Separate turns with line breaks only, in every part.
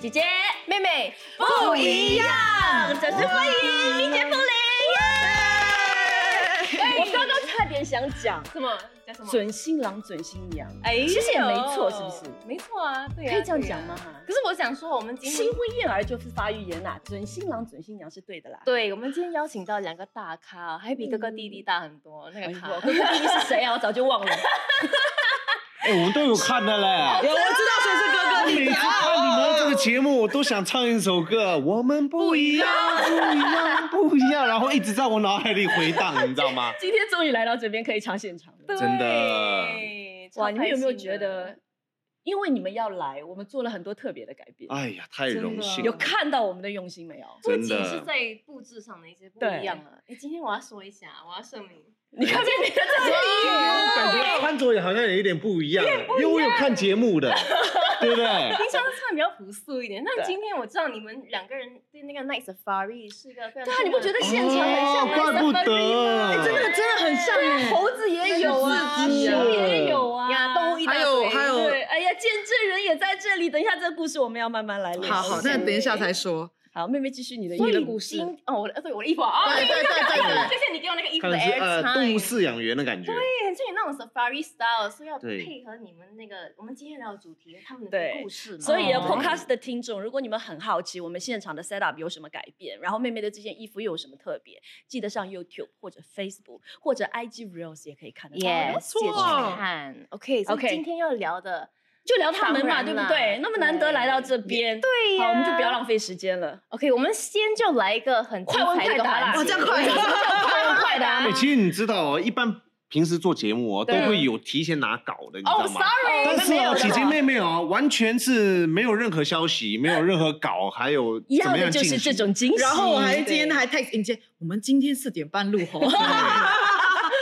姐姐
妹妹
不一样，掌声欢迎明姐风铃。我刚刚差点想讲
什么？讲什么？
准新郎准新娘，
哎呦，
其实也没错，是不是？
没错啊，对啊
可以这样讲吗？？
对啊可是我想说，我们今天
新婚燕尔就是发预言啦，准新郎准新娘是对的啦。
对我们今天邀请到两个大咖，还比哥哥弟弟大很多。那
哎
个
呦，
咖，
我哥哥弟弟是谁啊？我早就忘了。
哎、我们都有看的嘞。
有我知道谁是哥哥
每
弟
次
弟啊！
看你们这个节目，我都想唱一首歌，我们不一样，不一样，不一样，然后一直在我脑海里回荡，你知道吗？
今天终于来到这边可以唱现场了。
对
真的
超
哇，你们有没有
开心
觉
的
得，因为你们要来，我们做了很多特别的改变？
哎呀，太荣幸
有
了，
看到我啊们的用心没有？
不
真
仅是
的。
在布置上的一些不
对
一样了。哎，今天我要说一下，我要声明，
你看见你的这件衣服，
感觉穿着也好像有一点不一样，因为我有看节目的，对不对？
平常穿得比较朴素一点，但
对
今天我知道你们两个人对那个 Night Safari 是一个非常
对啊，你不觉得现场很像
哦，
吗？哎
怪不得，
真的真的很像耶，哎猴子也有啊，
是
熊也有啊，
呀动物一大
还有
堆
还有
对，哎呀，见证人也在这里。等一下，这个故事我们要慢慢来聊。
好好，那等一下才说。
好，妹妹继续你的
所
你
以
的故事。
今哦，我的对我的衣服啊，哦
对对对对对
谢谢你给我那个衣服
看
的
来是
air
呃
time。
动物饲养员的感觉，
对，所以那种 safari style 是要
对
配合你们那个我们今天聊的主题，他们的
对
故事嘛。
所以啊
哦
Podcast 的听众，如果你们很好奇我们现场的 set up 有什么改变，然后妹妹的这件衣服又有什么特别，记得上 YouTube 或者 Facebook 或者 IG Reels 也可以看得到。
Yes，
不
借
错
去看。OK，所以
OK
今天要聊的，
就聊他们嘛，
当然啦
对不对？那么难得来到这边，
对
好，我们就不要浪费时间了。
OK，我们先就来一个很
快问
精彩的一个
快答啦
环节
哇，这样快！
快问快 答。
哎，其实你知道哦，一般平时做节目哦，都
对
会有提前拿稿的，你知
哦
道吗？
，sorry，
但是
没有
哦，
的
姐姐妹妹哦，完全是没有任何消息，没有任何稿，还有怎
要
么
的
样
就
进
是
行
这。种惊喜。
然后我还今天
对
还 text 迎接，我们今天四点半录哦吼。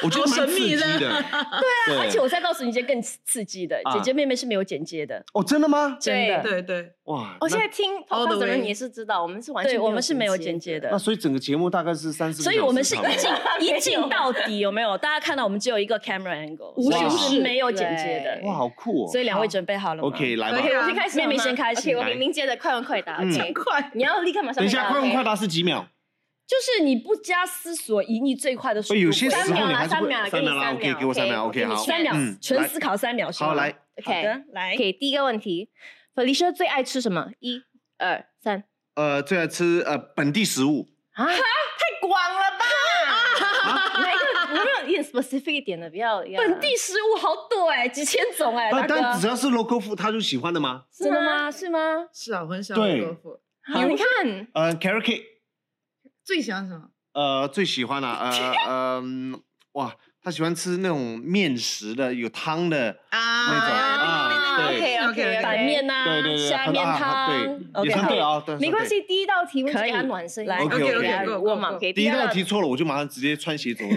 我觉得蛮
好神
刺
秘
激的。对
的
啊
而且我再告诉你一件更刺激的，
啊
姐姐妹妹是没有剪接的，
哦，真的吗？
真的。
对对，
哇，
我现
那
在听
All the
podcast 的人
way
也是知道，我们是完全
对我们是没有剪接的
那。所以整个节目大概是三十，
所以我们是一镜
没有
一镜到底，有没有？大家看到我们只有一个 camera angle，
无
所以
修
是
饰
没有剪接的。
哇，好酷哦。
所以两位准备好了吗
OK，来吧。
OK，我先开始好吗，
妹妹先开始
OK，我
来
明明接的快问快答。
嗯
OK，
快！
你要立刻马上
等
回
一
答。
下，快问
OK
快答是几秒？
就是你不加思索，以你最快的速度。
哎有些
三
时
秒
候你还是
三
会
秒啦
三
给
秒啦
你三
，OK，
秒
给我三秒啊
OK，
，OK，
我给你
好，
三秒
嗯，
纯
来
思考三秒是吗？
好来，
好
OK
的，来。
OK，第一个问题，Felicia 最爱吃什么？一、二、三。
呃，最爱吃呃本地食物，
啊，太广了吧！哪一个有没有一点 specific 一点的？比较
本地食物好多哎，几千种哎，
呃
大
但只
哥。
要是 local food，他就喜欢的吗？
真的？吗？是吗？
是啊，我很喜欢
对
豆腐。
好，你看，
呃，carrot cake，
最喜欢什么？
呃，最喜欢的、啊，呃呃，嗯哇，他喜欢吃那种面食的，有汤的，那种啊
啊
对
，OK OK，
OK，OK，OK
板面
对
呐
对，对，
啊虾
很
面
啊
汤
对，也算对啊，对，
没关系，第一道题目就
可以
给他暖身一下，
来
OK，OK，
给他
go，go，
过嘛
go，go
，OK，
算对。第一
二
道题错了，我就马上直接穿鞋走人。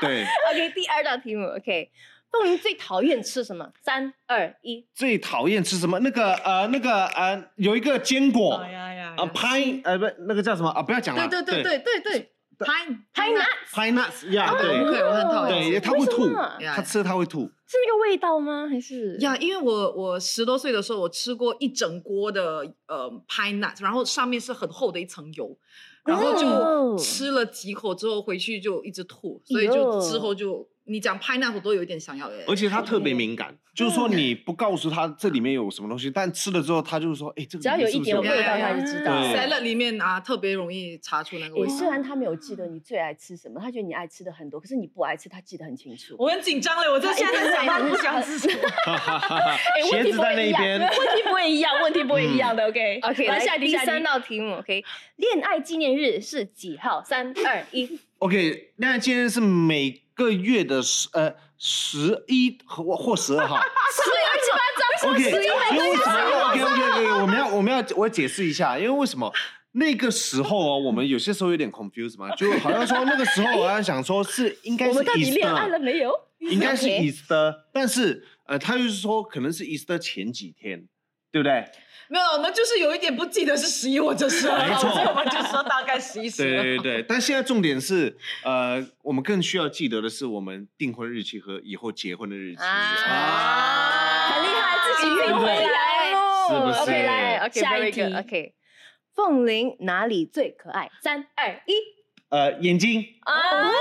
对，
，OK，第二道题目，OK，凤玲最讨厌吃什么？三二一，
最讨厌吃什么？那个呃，那个呃，有一个坚果
哎呀呀
啊，拍呃不，那个叫什么啊？不要讲了。
对对对
对
对对对，拍
拍拿
，pine nuts 呀，对
对，我很讨厌吃。
对，他会
为
吐
什么，
呀
他吃他会吐。
是那个味道吗？还是
呀因为我我十多岁的时候，我吃过一整锅的呃 pine nut，然后上面是很厚的一层油，然后
哦
就吃了几口之后回去就一直吐，所以
哟
就之后就你讲 pine nut 我都有一点想要哎
而，且他特别敏感，就是说你不告诉他这里面有什么东西，但吃了之后他就是说，哎，这个
只要有
里面是
一点
不是有
味道，
呀
他就知道了。
对
salad 里面啊特别容易查出那个味
也
道。
虽然他没有记得你最爱吃什么，他觉得你爱吃的很多，可是你不爱吃，他记得很清楚。
我很紧张嘞，我就现在在想到不想吃什么。
哎问
鞋
题
子
不
在
会
那
一样
边嗯
问题不会一样，问题不会一样的。OK
OK，
来下
来
一题，
第
下一
三
题。
道题目，OK，恋爱纪念日是几号？三二一，
OK，那今天是每个月的十呃十一和或十二 号。OK，因为什么？OK OK OK，我们要我们要我要解释一下，因为为什么那个时候哦，我们有些时候有点 confused 嘛，就好像说那个时候我好像想说是应该
我
是
们到底恋爱
Easter，
了没有？
应该是
OK
Easter，但是呃，他就是说可能是 Easter 前几天，对不对？
没有，我们就是有一点不记得是十一或者十二
没错
号，所以我们就说大概十 一十
对
二。
对对，但现在重点是，呃，我们更需要记得的是我们订婚日期和以后结婚的日期
啊
啊。
很厉害自己
运
回
来哦
不是
OK，来，OK，
下一
very good，
题
OK。凤玲哪里最可爱？三二一，
呃，眼睛，
啊
哦，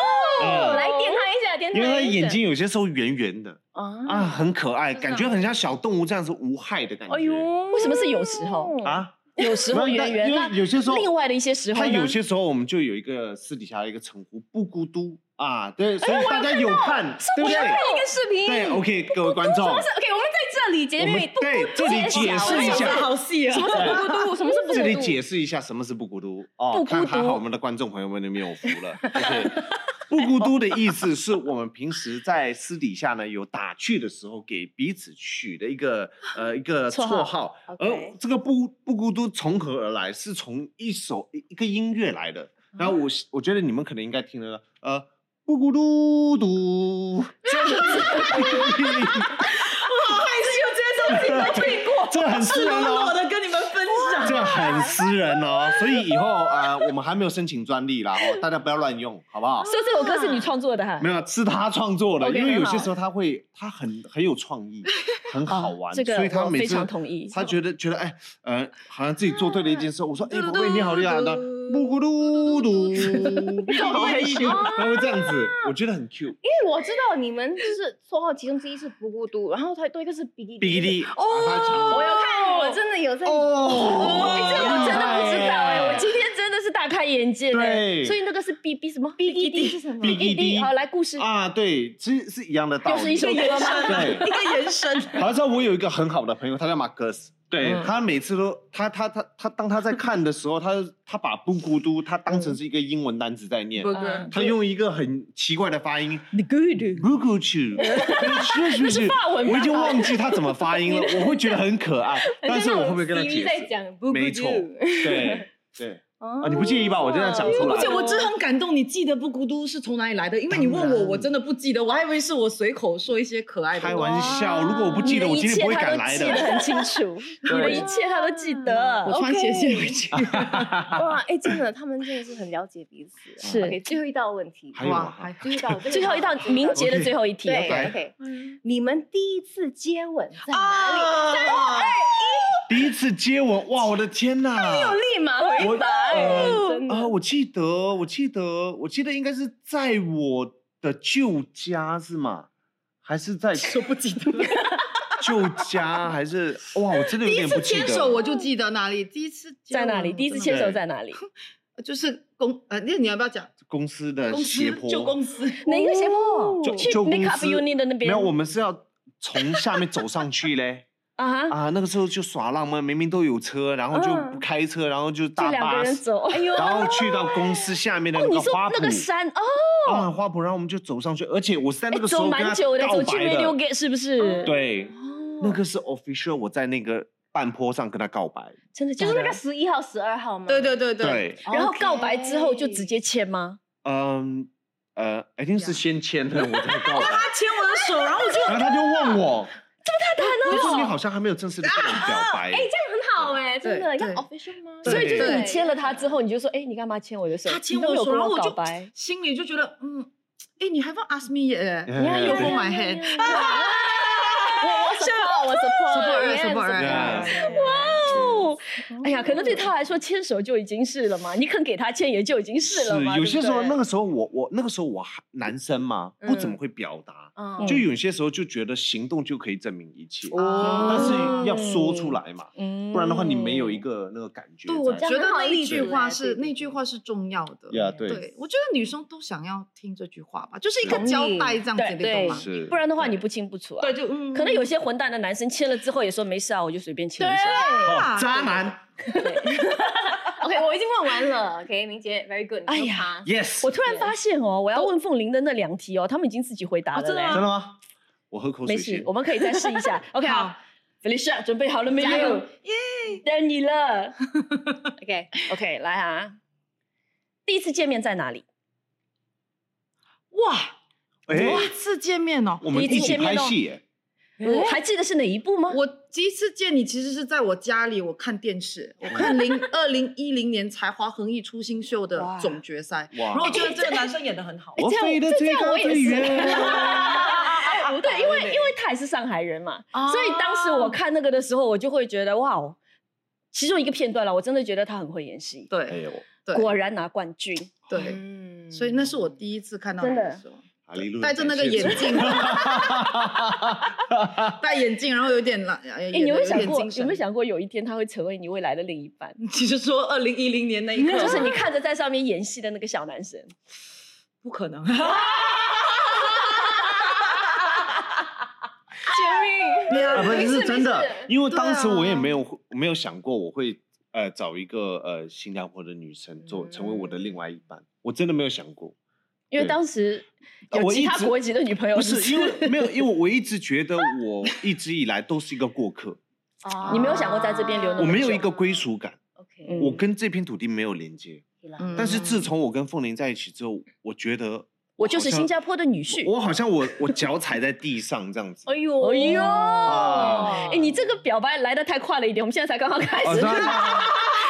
嗯
来点他一下，点他
因为
一下。
它的眼睛有些时候圆圆的啊，
啊，
很可爱，
真的
感觉很像小动物这样子无害的感觉。
哎呦，
为什么是有时候？
啊，
有时候
不是
圆圆，
因为
那
有些时候
另外的一些时候
它
呢，
有些时候我们就有一个私底下的一个称呼“不咕嘟”啊，
哎
对，所以大家有看，对不
我要看一
对？
个视频。
对，OK，各位观
什
众，
么是 OK？我们在这里姐
我们
妹不
对
不
这里解释一
小
下
哎
好细啊！
咕咕嘟，什么是不咕嘟？
这里解释一下什么是不咕嘟哦
不，咕嘟
看还好我们的观众朋友们里面有福了，就是不咕嘟的意思是我们平时在私底下呢有打趣的时候给彼此取的一个呃一个
绰号
绰号，
OK
而这个不不咕嘟从何而来？是从一首一一个音乐来的。然后我我觉得你们可能应该听得到，呃，不咕嘟 嘟，
害羞，这些东西都听过，
这很私人
赤裸
哦
裸。的跟你们分 享。
这很私人 哦，所以以后呃，我们还没有申请专利啦，哦，大家不要乱用，好不 好？
所以这首歌是你创作的哈
没。有，是他创作的，
OK，
因为有
很好
些时候他会，他很很有创 意，很好玩，
啊这个
所以他
我
每
非
次
常同意
他觉得觉得哎，呃，好像自己做对了一件事。我说， 哎，宝贝你好厉害的，
嘟
咕咕噜噜，
好害羞
他会这样子，我觉得很 Q。
因为我知道你们就是绰号其中之一是咕咕嘟，然后还多一个是哔哩
哔哩哔
哩。
哩，哦
我有看，我真的有在。
哦，
哎
这我真的不知道哎、
厉害
我今天真的是大开眼界的。
对
所以那个是 B B 什么
B D D 是什么？
哔哩哔哩
哦好来故事，
啊，对，其实是一样的道
又
理。
是一首歌吗？
对。
一个延伸，
好像我有一个很好的朋友，他叫马克思。对、
嗯
他每次都，他他他他，当他在看的时候， 他他把不咕嘟，他当成是一个英文单词在念，
嗯
他用一个很奇怪的发音
The Good，
咕咕去，是是
是法文吧
我已经忘记他怎么发音了，我会觉得很可爱，但是我会不会跟他解
在
释？
讲咕咕嘟
没错，对对，
啊
你不介意吧我这样讲出来
而且我真的很感动，你记得不孤独是从哪里来的？因为你问
当
我，
然
我真的不记得，我还以为是我随口说一些可爱的。
开玩笑，如果我不记得，我
哦你的一
今天不
切
会
他
敢
都
来
记得
的。
很清楚，你的一切他都记得。
我穿鞋线回 去。
哇，哎，真的，他们真的是很了解彼此。哦
是
OK，最后一道问题，
还有
哇
吗，
还
最后一 道，
最后一道明
节
节的最后一题
对
来
OK，你们第一次接吻在哪里？
啊！
第一次接吻，哇，我的天哪！
哦
立马 回答，
呃
真的
啊，我记得，我记得，我记得应该是在我的旧家是吗？还是在
说不记得，
旧家？还是 哇，我真的有
第一
点
次
不记
牵
得。
手我就记得哪里，第一次接
在
吻
哪里？
我
第一次
真的
牵手在哪里？
就是公呃，那你要不要讲
公司的
公
呃斜
司
坡，
就公司？
哪个斜坡？
哦就
去
就公
Make Up
司
Uni 的那边？
没有，我们是要从下面走上去嘞。
啊哈，
啊，那个时候就耍浪漫，明明都有车，然后就
嗯
不开车，然后就
就
搭
两个
巴
人
士，
走。哎呦，
然后去到公司下面的
哦，
那
你
个
说
花圃。
那个山哦，
啊，花圃，然后我们就走上去，而且我是在那
哎
个时
走
候跟
蛮
他
久的，
告
走去
白
Radio Gate 是不是？，
对，那
哦，
个是 official，我在那个半坡上跟他告白，
真的假
就是
的
那个。十一号、十二号吗？
对对对，
对，
然后告白之后就直接签吗？
嗯呃，一定是先签的，我在告白，
他牵我的手，然后我就
然后他就问我，这么大胆他说你好像还没有正式的跟我表白，
哎，这样很好哎，真的
对
要
对
official 吗？
对
所以就是你
对
牵了他之后，你就说，哎，你干嘛牵我的手？
他牵
你都
我
没
的
有
手，
跟
然后我
告
就
白。
心里就觉得，嗯，哎，你 haven't asked me yet，
Yeah,
you
yeah,
hold my
yeah,
hand，
yeah, yeah.
啊
我 support，我 support，
，support support，
yeah.
哦，哎呀，可能对他来说牵手就已经是了嘛，你肯给他牵也就已经是了
是
嘛。
有些时候
对不
那
对
个时候我我那个时候我还男生嘛，不怎么会表达，
嗯
就有些时候就觉得行动就可以证明一切，
哦
但是要说出来嘛，
嗯
不然的话你没有一个那个感觉在。
对，我
这样
觉得
很好
那
例
一句
子
话
哎对
是
对
那句话是重要的。
呀，对，
对，我觉得女生都想要听这句话吧，就是一个
同
交
意
代这样
对
子，你懂吗？
是，
不然的话你不清不楚啊。
对，就嗯，
可能有些混蛋的男生签了之后也说没事啊，我就随便签一下。
哦
啊
渣
对
男
OK，我已经问完了。OK，明杰，very good，
哎
你就
呀
pass。
，yes，
我突然发现哦，我要问凤玲的那两题哦，他们已经自己回答
哦
了
真的
嘞。
吗
真的吗？我喝口
没
水
事
先，。
我们可以再试一 下。OK，好啊
好
，Felicia 准备好了没
加
有
油？
等你了。
OK，
OK，来啊。第一次见面在哪里？
哇，
哎
第一次见面哦，
我们
第
一
一次
起
见
拍
面哦
戏耶，
我还记得是哪一部吗？
我第一次见你其实是在我家里，我看电视，
哎
我看 零二零一零年才华横溢出新秀的
哇
总决赛，
哇
然后我觉得这个男生演的很好。
我飞得最高最远。
哎 对，因为因为台还是上海人嘛，
哦
所以当时我看那个的时候，我就会觉得哇哦，其中一个片段了，我真的觉得他很会演戏，
哎
对
呦，
对
果然拿冠军。
对，
嗯
所以那是我第一次看到
真的
他时候。
哈利路亚
戴着那个眼 镜，戴眼镜，然后有点懒，哎
哎，你有没有想过，有
有
没有？想过有一天他会成为你未来的另一 半？
其实说二零一零年那一刻，
就是你看着在上面演戏的那个小男 生，
不可能，
啊，不
没
是
事
是真的
没事，
因为当时
对啊
我也没有、没有想过我会呃找一个呃新加坡的女生做成为我的另外一半，我真的没有想过。
因为
对
当时
呃
有
我
其
一
他
直
国籍的女朋友，
不是因 为没 有，因为我一直觉得我一直以来都是一个过客，
哦
你没有想过在这边留那
我
么
没有一个归属感，
OK，
啊嗯
我跟这片土地没有连接。
嗯
但是自从我跟凤玲在一起之后，我觉得
我就是
好像
新加坡的女婿。
我好像我我脚踩在地上这样子。
哎呦哎
哦
呦！
啊
哎，你这个表白来的太快了一点，我们现在才刚刚开
哦，
始
对。啊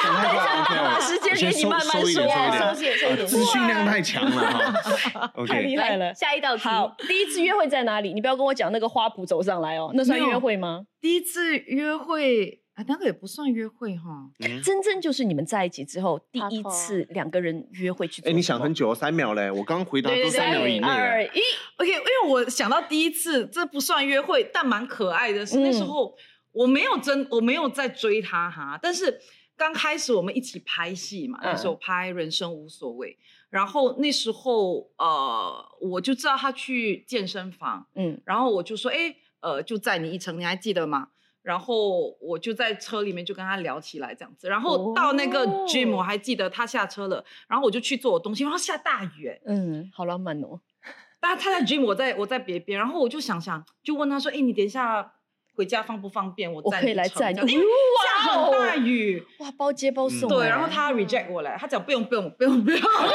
等一下
我把时间给你慢慢
收一点
说
收一点
收一点收一点
呃资讯量太强了哈。
太
OK，
厉害了
来！下一道题，
好，第一次约会在哪里？你不要跟我讲那个花圃走上来哦，那算
没有
约会吗？
第一次约会啊，那个也不算约会哈，
嗯
真正就是你们在一起之后第一
啊
Couple
次两个人约会去做
哎，
什么。
你想很久哦，三秒嘞，我刚回答
对
都
对
三秒
对，
以内了
二。一，
OK，因为我想到第一次，这不算约会，但蛮可爱的是。
嗯
那时候我没有真，我没有在追他哈，但是刚开始我们一起拍戏嘛，
嗯
那时候拍《人生无所谓》，然后那时候呃，我就知道他去健身房，
嗯，
然后我就说，哎，呃，就 载你一程，你还记得吗？然后我就在车里面就跟他聊起来这样子，然后到那个
哦
gym 我还记得他下车了，然后我就去做我东西，然后下大雨哎，
嗯，好浪漫哦。
但他在 gym，我在我在别边，然后我就想想，就问他说：“哎、你等一下回家方不方便？我
我
载
可以
你
来
乘
载
这样
你
因为
哇
下很大雨，
哇，哦包接包
嗯
送哎。
对，然后他 reject 我了，他讲不用不用不用不用，
啊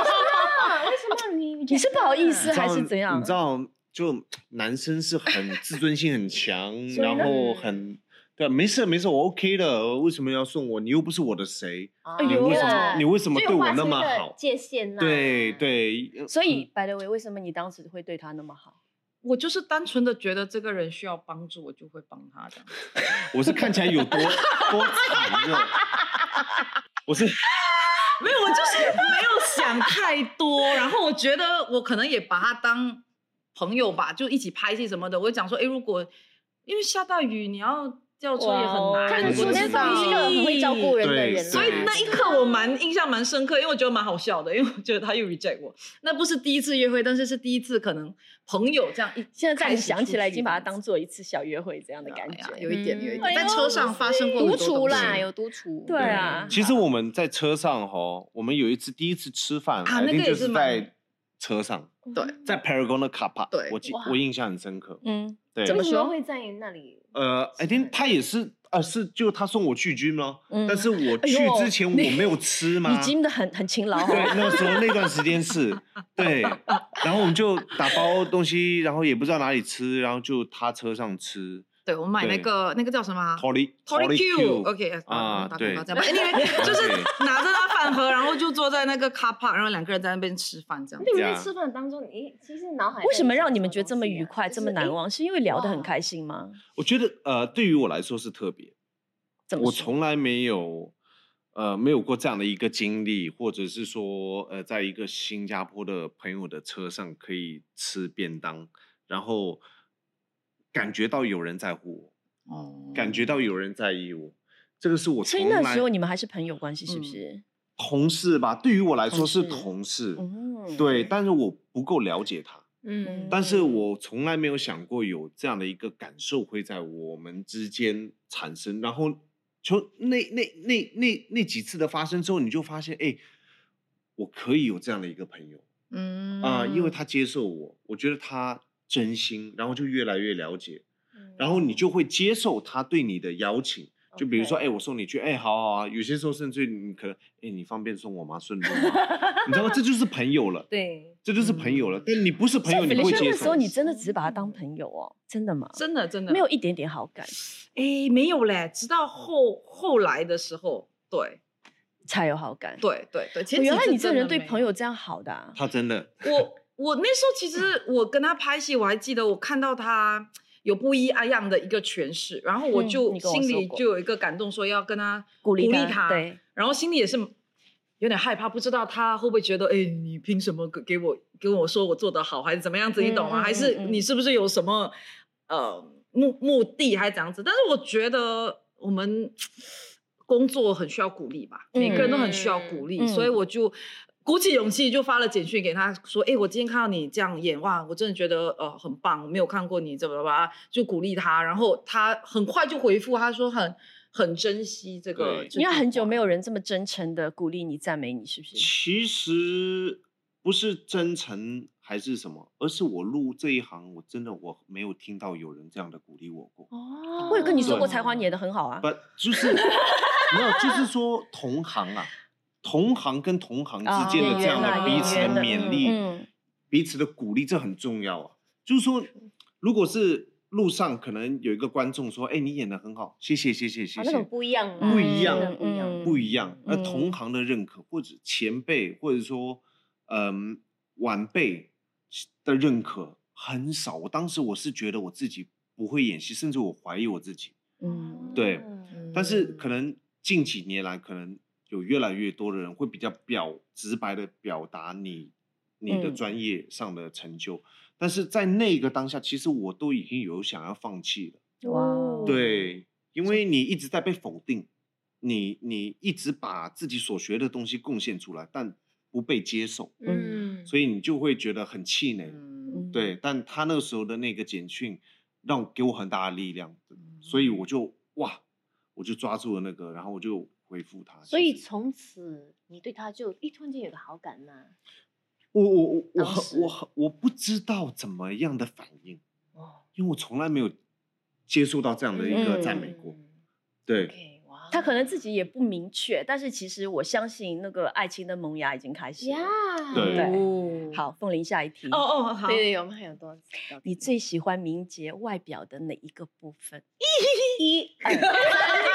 为什么你
你是不好意思
你知道
还是怎样
你知道，就男生是很自尊心很强，
所以呢
然后很对，没事没事，我 OK 的，为什么要送我？你又不是我的谁，
哎
你
呦
为
对
什么你为什么对我那么
所以划啊出一个
好？
界限呐、
对，对，
所
嗯
以，by the way，为什么你当时会对他那么好？
我就是单纯的觉得这个人需要帮助，我就会帮他这样。
我是看起来有多多惨的，我是
没有，我就是没有想太多，然后我觉得我可能也把他当朋友吧，就一起拍戏什么的。我就讲说，哎，如果因为下大雨，你要叫车也很
哇哦
难，
看
得
得
出
出
我
这
知
这
道
方是个很会照顾人的
对
人啊，
所以
对
那一刻我蛮印象蛮深刻，因为我觉得蛮好笑的，因为我觉得他又 reject 我，那不是第一次约会，但是是第一次可能朋友这样一
现在在
开
你
始
想起来，已经把它
出去
当做一次小约会这样的感
哎呀
觉。
有一点
嗯
有一
哎呦
点，在车上发生过很
独
多
处
东
啦，
西
有独处，
对啊
其实我们在车上哈，我们有一次第一次吃饭，
啊
一定
那个
就
也是蛮
在车上，
对，
在 Paragon 的卡帕，
对
我记
哇
我印象很深刻。
嗯，
对，
怎
为
么
什么
说
会在那里？
呃，哎，
是
丁他也是啊，是就他送我去军吗？
嗯
但是我
哎
去
呦
之前
你
我没有吃吗？
你经的很很勤劳哦。
对，那时候那段时间是，对，然后我们就打包东西，然后也不知道哪里吃，然后就他车上吃
对我买那
对
个那个叫什么 啊
t o r i
t o r i
Q，
Q，OK
啊
打
对
广告这样吧，anyway 就是
OK
拿着那饭盒，然后就坐在那个 car park，然后两个人在那边吃饭这样
你。
这
们
样
在吃饭当中，你其实脑海
为什么让你们觉得这么
啊
愉快、这么难？忘？是因为聊得很
哇
开心吗？
我觉得呃，对于我来说是特别，
怎么
我
说
从来没有呃没有过这样的一个经历，或者是说呃，在一个新加坡的朋友的车上可以吃便当，然后感觉到有人在乎
哦
我，感觉到有人在意我，这个是我
所
从
以那
来
时候你们还是朋友关系，是不
嗯
是？
同事吧，对于我来说
同
是
事
同事，
嗯，
对，但是我不够了解他。
嗯
但是我从来没有想过有这样的一个感受会在我们之间产生。然后，就那那那那那几次的发生之后，你就发现，哎，我可以有这样的一个朋友
嗯
啊、因为他接受我，我觉得他真心，然后就越来越了解，
嗯
然后你就会接受他对你的邀请。就比如说，哎、
OK
我送你去，哎、好好啊。有些时候甚至你可能，哎、你方便送我吗？顺路吗？ 你知道吗？这就是朋友了，
对，
这就是朋友了。但你不是朋友，
所以
你不
嗯
会
Felicia，
接
那时候
受。
你真的只是把他当朋友哦，真的吗？
嗯真的真的
没有一点点好感，
哎没有嘞，直到后后来的时候，对
才有好感。
对对对，其
哦，
实
原来你
这
这个人对朋友这样好的啊，
他真的
我我那时候其实我跟他拍戏，我还记得我看到他，有不一样的一个诠释。然后我
嗯
就
你跟我
心
说
里
过
就有一个感动，说要跟他
鼓励
励
他
他，
对
然后心里也是有点害怕，不知道他会不会觉得，哎，你凭什么给给我跟我说我做得好，还是怎么样子？你懂
嗯
吗？
嗯
还是
嗯嗯
你是不是有什么呃目目的，还是怎样子？但是我觉得我们工作很需要鼓励吧，每个人都很需要鼓励，
嗯
所以我就。鼓起勇气就发了简讯给他说：“哎、我今天看到你这样演，哇，我真的觉得呃很棒，我没有看过你怎么吧，就鼓励他。”然后他很快就回复，他说很很珍惜这个
对，
这
因为
句
很久
话
没有人这么真诚的鼓励你、赞美你，是不是？
其实不是真诚还是什么，而是我入这一行，我真的我没有听到有人这样的鼓励我过。
哦
我有跟你说过，
对
才华你演的很好啊
不，，就是没有，就是说同行啊，同行跟同行之间的
啊
这样
演
的
员啊
彼此
演员
的
的
勉
嗯
励、彼此的鼓励，这很重要啊。就是说，如果是路上可能有一个观众说：“哎，你演的很好，谢谢，谢谢，谢
那种
谢。
不一样啊，
不一样
真的不一样。
嗯
不一样，而
嗯
同行的认可，或者前辈，或者说，嗯，晚辈的认可很少。我当时我是觉得我自己不会演戏，甚至我怀疑我自己。
嗯，
对
嗯
但是可能近几年来，可能有越来越多的人会比较表直白的表达你你的
嗯
专业上的成就，但是在那个当下，其实我都已经有想要放弃了。
哇哦
对，因为你一直在被否定，你你一直把自己所学的东西贡献出来，但不被接受，
嗯
所以你就会觉得很气馁。
嗯，
对，但他那个时候的那个简讯，让我给我很大的力量，
嗯
所以我就哇，我就抓住了那个，然后我就回复他。
所以
其实
从此你对他就一突然间有个好感呐、
我我我我
当
很我很我不知道怎么样的反应，
哦，
因为我从来没有接受到这样的一个赞美
嗯
过。对，
OK，哇，
他可能自己也不明确，但是其实我相信那个爱情的萌芽已经开始了。
呀，
对
对
哦
好，凤玲下一题。
哦哦好，
对对，我们还有多少？
你最喜欢明杰外表的哪一个部分？
一
嗯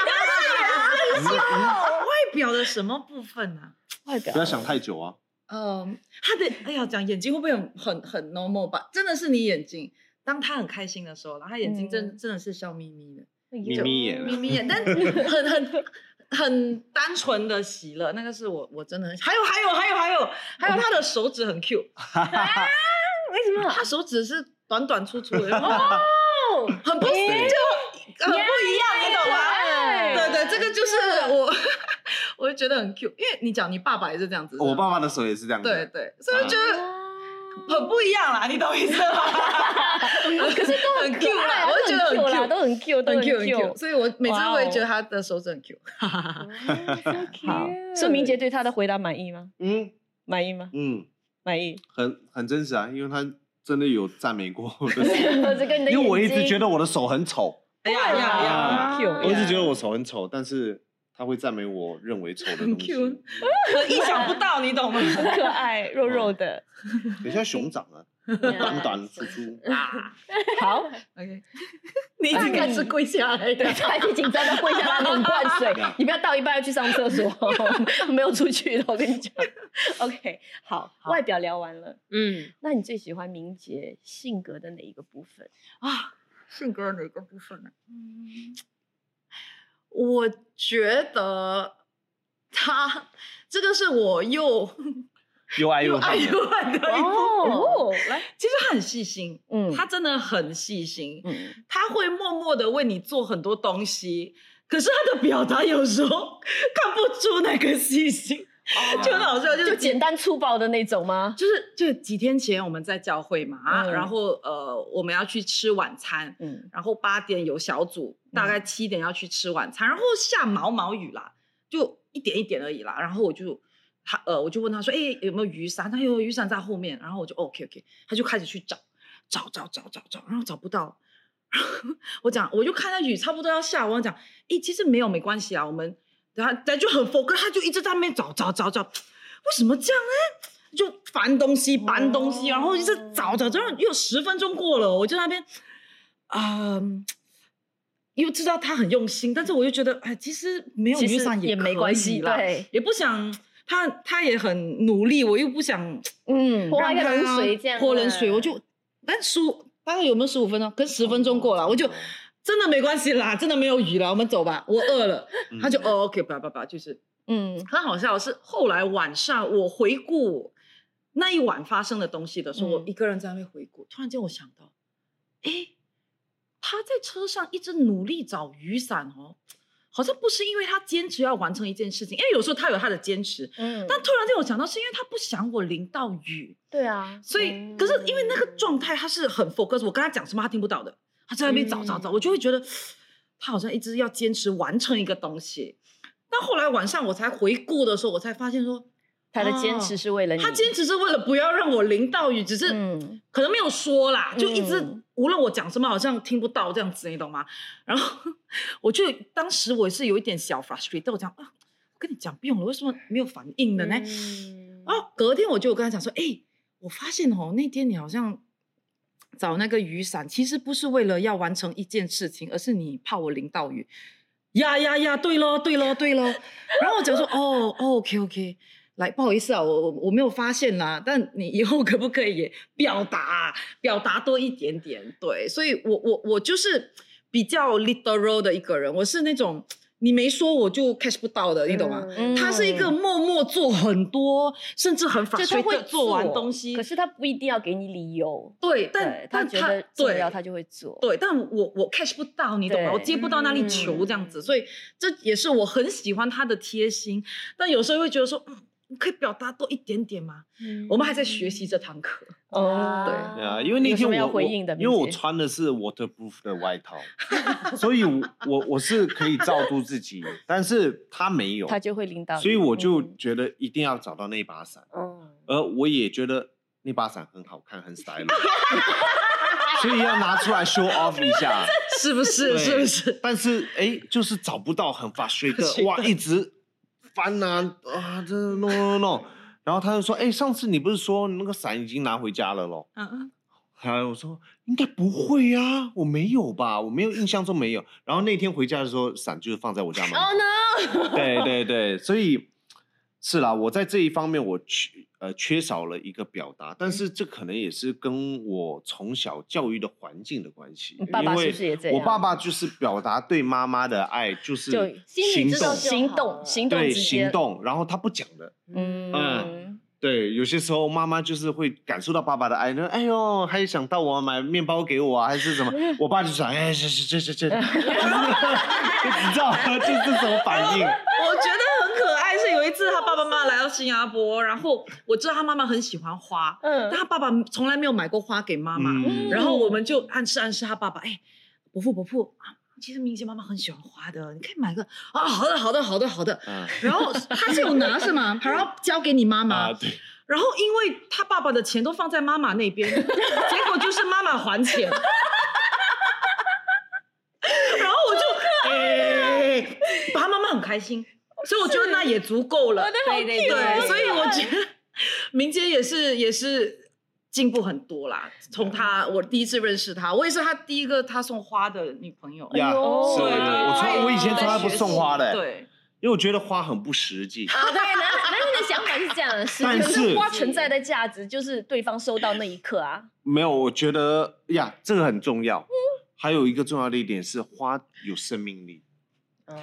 嗯
外表的什么部分呢、
外表
不要想太久 啊。
嗯，他的哎呀，讲眼睛会不会很很很 normal 吧？真的是你眼睛，当他很开心的时候，然后他眼睛真、
嗯
真的是笑眯眯的，
眯眯眼
眯眯眼，但 很很很单纯的喜乐，那个是我我真的很喜还有还有还有还有还有他的手指很 Q，
为什么？
他手指是短短粗粗 的，哦、
哦，
很不就很不一
啊
样，你懂吗？对对，这个就是我， 我就觉得很 cute，因为你讲你爸爸也是这样子，
我
是吧
爸爸的手也是这样子。
对对，所以
啊
我觉得很不一样啦，你懂意思吗？
可是都
很 cute
爱
啦，
啊
我就觉得
都很 cute 啦
cute，
都很 cute，都
很
很
cute，很
cute
cute，所以我每次都
哇
会
哦
觉得他的手指很 cute。
好，所以明 杰对他的回答满意吗？
嗯
满意吗？
嗯，
满意。
很很真实啊，因为他真的有赞美过 我的手，
我这个你的眼睛，
因为我一直觉得我的手很丑，
哎呀呀呀！
很 cute
我一直觉得我手很丑，但是他会赞美我认为丑的
很
东西。
cute 我意想不到，你懂吗？
很可 爱，肉肉的。
等一下熊掌啊， 短短粗粗。
啊
好，
，OK，你应该是跪下来的
对，他已经紧张到跪下来猛灌 水
Yeah，
你不要到一半要去上厕所。
没有出去的，我跟你讲。OK，好，
好
外表聊完了，
嗯，
那你最喜欢明杰性格的哪一个部分？
啊，性格哪个部分呢？嗯我觉得他这个是我又
又爱
又
又
爱
恨的。
又恨的一部分。
哦，来，
其实他很细心，
嗯
他真的很细心，
嗯，
他会默默的为你做很多东西，可是他的表达有时候看不出那个细心，
哦啊
就很好笑，就是
就简单粗暴的那种吗？
就是就几天前我们在教会嘛，啊
嗯
然后呃我们要去吃晚餐，
嗯，
然后八点有小组，大概七点要去吃晚餐，然后下毛毛雨啦，就一点一点而已啦。然后我就他呃，我就问他说：“哎、有没有雨伞？”他说有雨伞在后面。然后我就 OK OK，他就开始去找，找找找找找，然后找不到。然后我讲，我就看到雨差不多要下，我讲，诶、其实没有没关系啊，我们然后他就很 focus，他就一直在那边找找找找，为什么这样呢？就翻东西搬东西，然后一直找找找，又十分钟过了，我就在那边，啊、又知道他很用心，但是我就觉得，哎，其实没有
其
雨
实
伞
也没关系，
啦，
对，
也不想他他也很努力，我又不想
嗯
泼
让
一个
他
冷水这样
泼冷
啊
水，我就但殊大概有没有十五分钟？跟十分钟过了，我
哦
就真的没关系啦，真的没有雨了，我们走吧，我饿了。
嗯
他就哦，OK，不要不要不要，就是
嗯
很好笑的是，后来晚上我回顾那一晚发生的东西的时候，我
嗯
一个人在那边回顾，突然间我想到，诶，他在车上一直努力找雨伞哦，好像不是因为他坚持要完成一件事情，因为有时候他有他的坚持，
嗯，
但突然间我想到是因为他不想我淋到雨，
对啊，
所以、
嗯
可是因为那个状态他是很 focus，我跟他讲什么他听不到的，他在那边找找
嗯
找，我就会觉得他好像一直要坚持完成一个东西。但后来晚上我才回顾的时候，我才发现说
他的坚持是为了你，
他坚持是为了不要让我淋到雨，只是
嗯
可能没有说啦，就一直、
嗯
无论我讲什么好像听不到这样子，你懂吗？然后 我就当时我是有一点小 frustrated，我讲啊，我跟你讲不用了，为什么没有反应的呢？
嗯
然后啊隔天我就有跟他讲说，哎、我发现哦，那天你好像找那个雨伞，其实不是为了要完成一件事情，而是你怕我淋到雨。呀呀呀，对咯，对咯，对咯。然后我讲说，哦哦，OK OK，来，不好意思啊，我我我没有发现啦，但你以后可不可以也表达表达多一点点？对，所以我我我就是比较 literal 的一个人，我是那种你没说我就 catch 不到的，你懂吗？
嗯
他是一个默默做很多，甚至很法
就他
水
会
的做完
做
东西
可。是他不一定要给你理由，
对，
对
但
他
但
觉得重
对
要，他就会做。
对，但我我 catch 不到，你懂吗？
对嗯
我接不到那粒球这样子，所以这也是我很喜欢他的贴心。但有时候会觉得说，嗯，你可以表达多一点点吗？
嗯
我们还在学习这 堂课。
哦，
对
对啊，因为那
有什
天
么
我
要
我
回应的
因为我
明姐
穿的是 waterproof 的外套， 所以我我我是可以照顾自己，但是他没有，
他就会领导你，
所以我就
嗯
觉得一定要找到那把伞，
嗯，
而我也觉得那把伞很好看，很 stylish，所以要拿出来 show off 一下。
是不是？
对
是不是？
但是哎，就是找不到很 frustrated，
frustrated
哇，一直翻啊啊，这 no no no，然后他就说，哎，上次你不是说你那个伞已经拿回家了咯？
嗯嗯，
还有我说应该不会啊，我没有吧，我没有印象中没有。然后那天回家的时候，伞就是放在我家门口。
Oh,
对对对，所以是啦，我在这一方面我缺呃缺少了一个表达，但是这可能也是跟我从小教育的环境的关系。
你爸爸
因为
是不是也这样
我爸爸就是表达对妈妈的爱，就是
啊就
心
行
里知道
动，
就
行
好
动
了
行动
对
直接
行，动，然后他不讲的。
嗯
嗯对，有些时候妈妈就是会感受到爸爸的爱，那哎呦，还想到我买面包给我啊，还是什么？我爸就想，哎，这这这这这， 你知道吗？这是什么反应？嗯
我觉得很可爱。是有一次他爸爸妈妈来到新加坡，然后我知道他妈妈很喜欢花，但
嗯，
他爸爸从来没有买过花给妈妈。
嗯
然后我们就暗示暗示他爸爸，哎，伯父伯父啊，其实明星妈妈很喜欢花的，你可以买个啊，好的好的好的好的。
嗯
然后他是有拿是吗？还要交给你妈妈。
啊，对，
然后因为他爸爸的钱都放在妈妈那边，结果就是妈妈还钱。然后我就
哎，
他妈妈很开心，所以我觉得那也足够了。
对对
对，所以我觉得明杰也是也是进步很多啦。从他我第一次认识他，我也是他第一个他送花的女朋友。
哎
呀，
呦
是
对
的，我从来
对
我以前从来不送花的，
对，
因为我觉得花很不实际。
啊，对，男男人的想法是这样的，实
但
际
是
花存在的价值就是对方收到那一刻啊，
没有，我觉得呀，这个很重要。还有一个重要的一点是，花有生命力，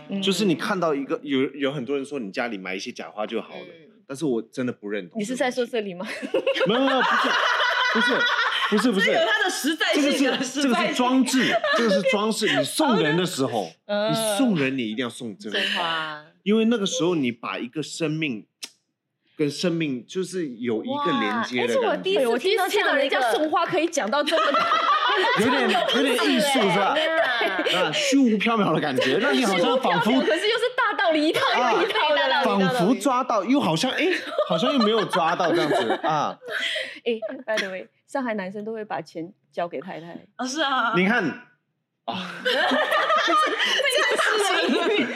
嗯，
就是你看到一个有有很多人说你家里买一些假花就好了，
嗯
但是我真的不认同。
你是在说这里吗？
没有没有，不是不是不是不
这有
是，
他的实在
这个
性啊，
是这
实
个
在
是
性。
装置，这个是装饰。你送人的时候，
嗯
你送人你一定要送真花，
花，
因为那个时候你把一个生命跟生命就是有一个连接
而
的
且我
感
第一
觉，
对
次
我第一次
听
听
到
到
人
人
家
家
送
送
花可以讲到这么
有点有点艺术是吧？
哎
啊，虚无缥缈的感觉，让你好像仿佛
可是又是大道理一套
啊
又一套的啦，
仿佛抓到，又好像哎、好像又没有抓到这样子啊！
哎，by the way，上海男生都会把钱交给太太，
啊，是啊，
你看，啊
这个事情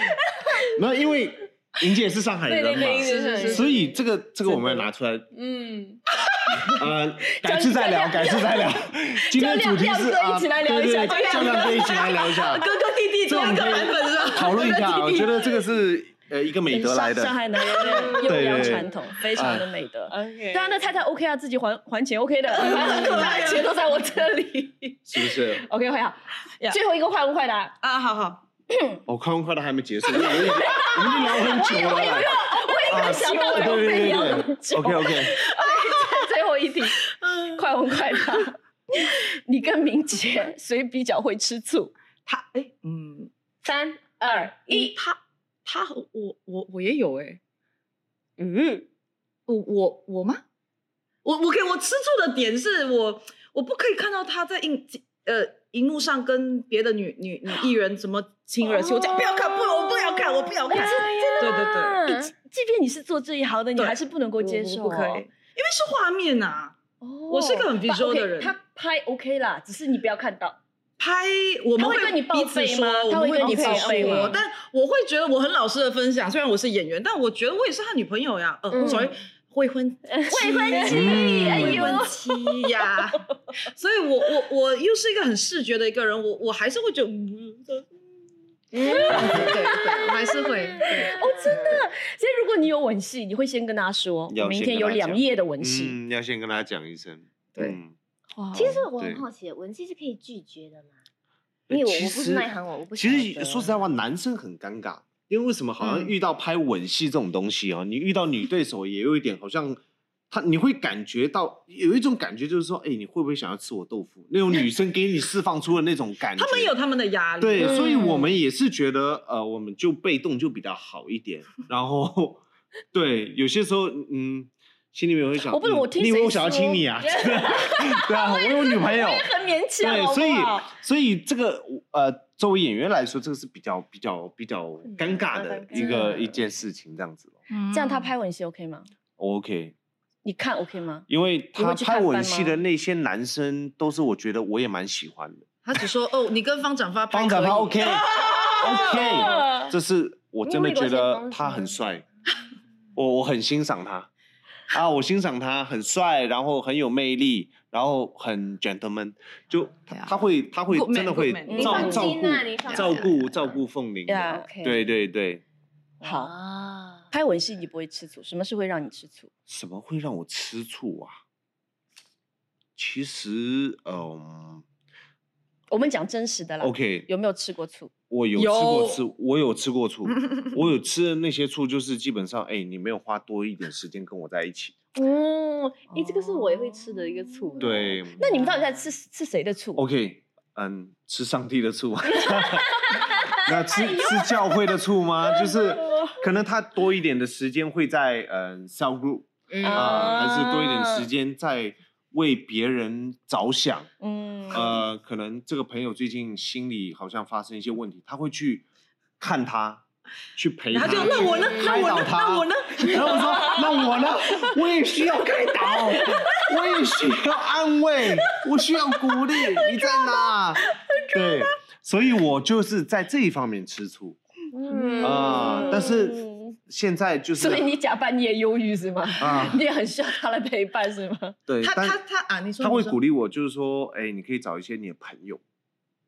没有，因为莹姐是上海人嘛，
是是
所以这个这个我们要拿出来，
嗯，
呃，改次再聊，改次再 聊。今天的主题是啊，对对，对叫亮哥一起来聊一下，
啊
哥哥弟弟
这
同
我
一
们
个
可
版本是吧？
以讨论一下。
哥哥
我
弟弟
觉得这个是呃一个美德
上
来的，
上海男人的优良
对
传统，非常的美德。
OK，
对啊，那太太 OK 啊，自己还还钱 OK 的， 很可爱，钱都在我这里。
是不是？
OK 会啊
Yeah
最后一个快问快答，
啊，好好，
哦，快问快答还没结束，我们已经 我们已经聊很久了。我也没有
想到
对
我们
对
聊
对
很
对
久
，OK OK，
最后一题，
嗯
快问快答。你跟明杰谁比较会吃醋？
他哎，嗯，
三二一，
他他和我我我也有哎、
嗯，
我我我吗？我我给我吃醋的点是我我不可以看到他在荧呃荧幕上跟别的女女女艺人什么亲热戏，我
哦
讲不要看，不我不要看，我不要看，对对哎对，
啊即即便你是做这一行的，你
对
还是不能够接
我
受、
我不可以，因为是画面呐、啊。
哦
我是个很 visual 的
OK，
人
他拍 OK 啦，只是你不要看到。
拍我们
他会跟你报
彼此
备
说
吗
我
他
们
会跟
彼
你
此
报备
说
吗
但我会觉得我很老实的分享，虽然我是演员，但我觉得我也是他女朋友呀。呃、
嗯
s o r r y 未婚
未婚
妻哎
未
嗯呦
婚妻呀， 所以我我我又是一个很视觉的一个人，我我还是会觉得，嗯这对对，我还是会，对
哦，真的。所以如果你有吻戏，你会先跟他说，
要
我明
先
天
跟
有
他
两
讲
页的吻戏。
嗯，要先跟他讲一声。
对
嗯
哇
其实我很
对
好奇，文姬是可以拒绝的吗？
呃
因为我
其
我不
实
是那一行，我我不晓
其
得
实说实在话，男生很尴尬，因为为什么好像
嗯
遇到拍吻戏这种东西哦，你遇到女对手也有一点好像。他你会感觉到有一种感觉，就是说，哎，你会不会想要吃我豆腐？那种女生给你释放出的那种感觉，
他们有他们的压力，
对，
嗯
所以我们也是觉得，呃，我们就被动就比较好一点。然后，对，有些时候，嗯，心里面会想，
我不懂
嗯
我听
你以为
谁
我想要亲
说
你啊？对啊，我有女朋友。
很勉强，
对，
好不
所以
好
所以这个呃，作为演员来说，这个是比较比较比较
嗯
尴尬的一个一件事情，这样子咯。
这样他拍吻戏 OK 吗？
OK，
你看 OK 吗？
因为
你会
他
去
拍
探
吻
班
戏
吗
的那些男生，都是我觉得我也蛮喜欢的。
他只说哦，你跟方展发拍
方展
可
他
以
OK OK，这是我真的觉
你有遇过
得
前方
他
是吗
很帅，我我很欣赏他啊，我欣赏他很帅，然后很有魅力，然后很 gentleman，就他
对啊
他会他会
Good man，
真的会
good man
照
你放
照
心啊你
顾
放
照
心
顾照顾凤玲的
Yeah，
OK
对对对，
好，
啊，
拍吻戏你不会吃醋，什么是会让你吃醋？
什么会让我吃醋啊？其实，嗯
我们讲真实的啦。
，OK，
有没有吃过醋？
我有吃过
有
醋，我有吃过 醋，我有吃的那些醋就是基本上，哎、你没有花多一点时间跟我在一起。
嗯，诶，这个是我也会吃的一个醋。
对
啊
哦
哦
那你们到底在吃吃谁的醋？
，OK，嗯，吃上帝的 醋，那吃
哎
吃教会的醋 吗？就是可能他多一点的时间会在嗯 cell group
嗯
啊、还是多一点
啊
时间在为别人着想。
嗯，
呃，可能这个朋友最近心里好像发生一些问题，他会去看他，去陪
然
他，
后就那我呢？那
开
我
导
呢？
他
那 我呢？
然后我说：“那我呢？我也需要开导，我也需要安慰，我需要鼓励。你在哪？对，所以我就是在这一方面吃醋
嗯
啊、但是现在就是
所以你假扮你也忧郁是吗？
啊，
你也很需要他的陪伴是吗？
对，
他
但
他他啊，你说
他会
你说
鼓励我，就是说，哎，你可以找一些你的朋友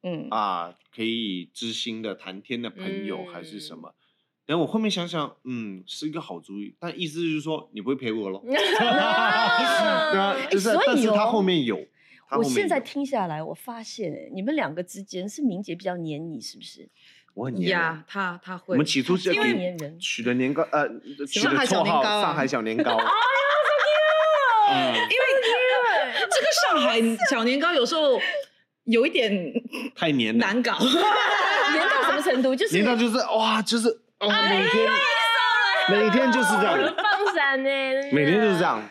嗯，
啊，可以知心的谈天的朋友、还是什
嗯
么。”然后我后面想想，嗯，是一个好主意，但意思就是说你不会陪我 喽。对啊，就是，
所以
但是他
哦
后面有，他
我
后面
现在
有
听下来，我发现哎你们两个之间是明姐比较黏你，是不是？
我很黏人
呀，，他他
我
会
们起初是
因为
给
黏人哎
取的年糕，呃，取的
上海小
绰
年
号
糕啊
上海小 年糕。
哦
嗯，
哎这个上 海小年糕有时候有一点
太黏了，
难搞，
黏到什么程度？就是
黏到就是哇，就是哦，每天
哎
每天就是 这样，
啊放闪呢，
每天就是这。样。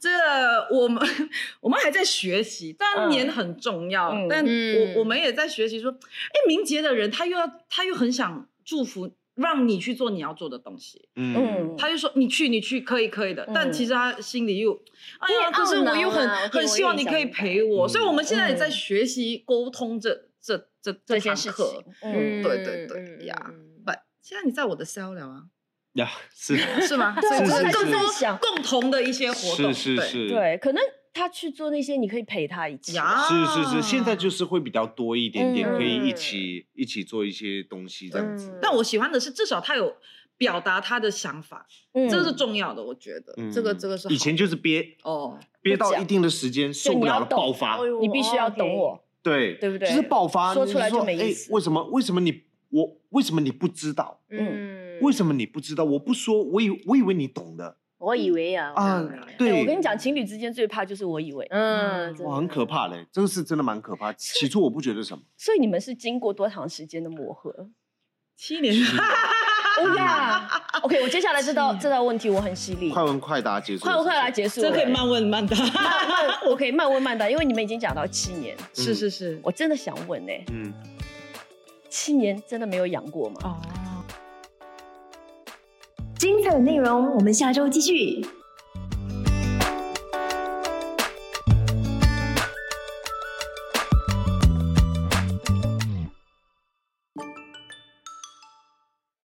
这个我们 我们还在学习，当然年很重要，
嗯
但
嗯
我我们也在学习说，哎，明杰的人他又要他又很想祝福。让你去做你要做的东西，
嗯
嗯，
他就说你去，你去，可以，可以的。但
嗯
其实他心里又，哎
有
呀，
点
可是
懊恼
啊
我又很
啦我可以
很希望你可以陪我，
嗯
所以我们现在也在
嗯
学习沟通这这这
这
堂
件事
课
情，嗯，
对对对呀
嗯
不，现在你在我的 cell 聊啊，
呀，是
是 吗？
对
所以
我
就
刚才
是更
就
在想
多共同的一些活
是
动，
是
对
是，
对，可能他去做那些，你可以陪他一起。
呀
是是是，现在就是会比较多一点点，
啊嗯
可以一起一起做一些东西这样子。
但我喜欢的是，至少他有表达他的想法，
嗯
这个是重要的，我觉得。
嗯，
这个这个是好
以前就是憋
哦，
憋到一定的时间受不了了爆发，
你必须要懂我。
对
哦对不对
就是爆发，
说
你
出来就没
哎
意思
为什么为什么你我为什么你不知道？
嗯，
为什么你不知道？我不说，我以我以为你懂的
我以为啊，
啊
当然。
哎
对，
我跟你讲，情侣之间最怕就是我以为。
嗯，
哇，很可怕嘞，这个是真的蛮可怕。起初我不觉得什么，
所以你们是经过多长时间的磨合？
七年，
哦呀，OK，我接 下来这道这道问题我很犀利，
快问快答结束，
快问快来，结束了。
这可以慢问慢答。
嗯
慢慢，OK，慢问慢答，因为你们已经讲到七年，
是是是，
我真的想问呢、
嗯，
七年真的没有养过吗？
哦。
精彩的内容，我们下周继续。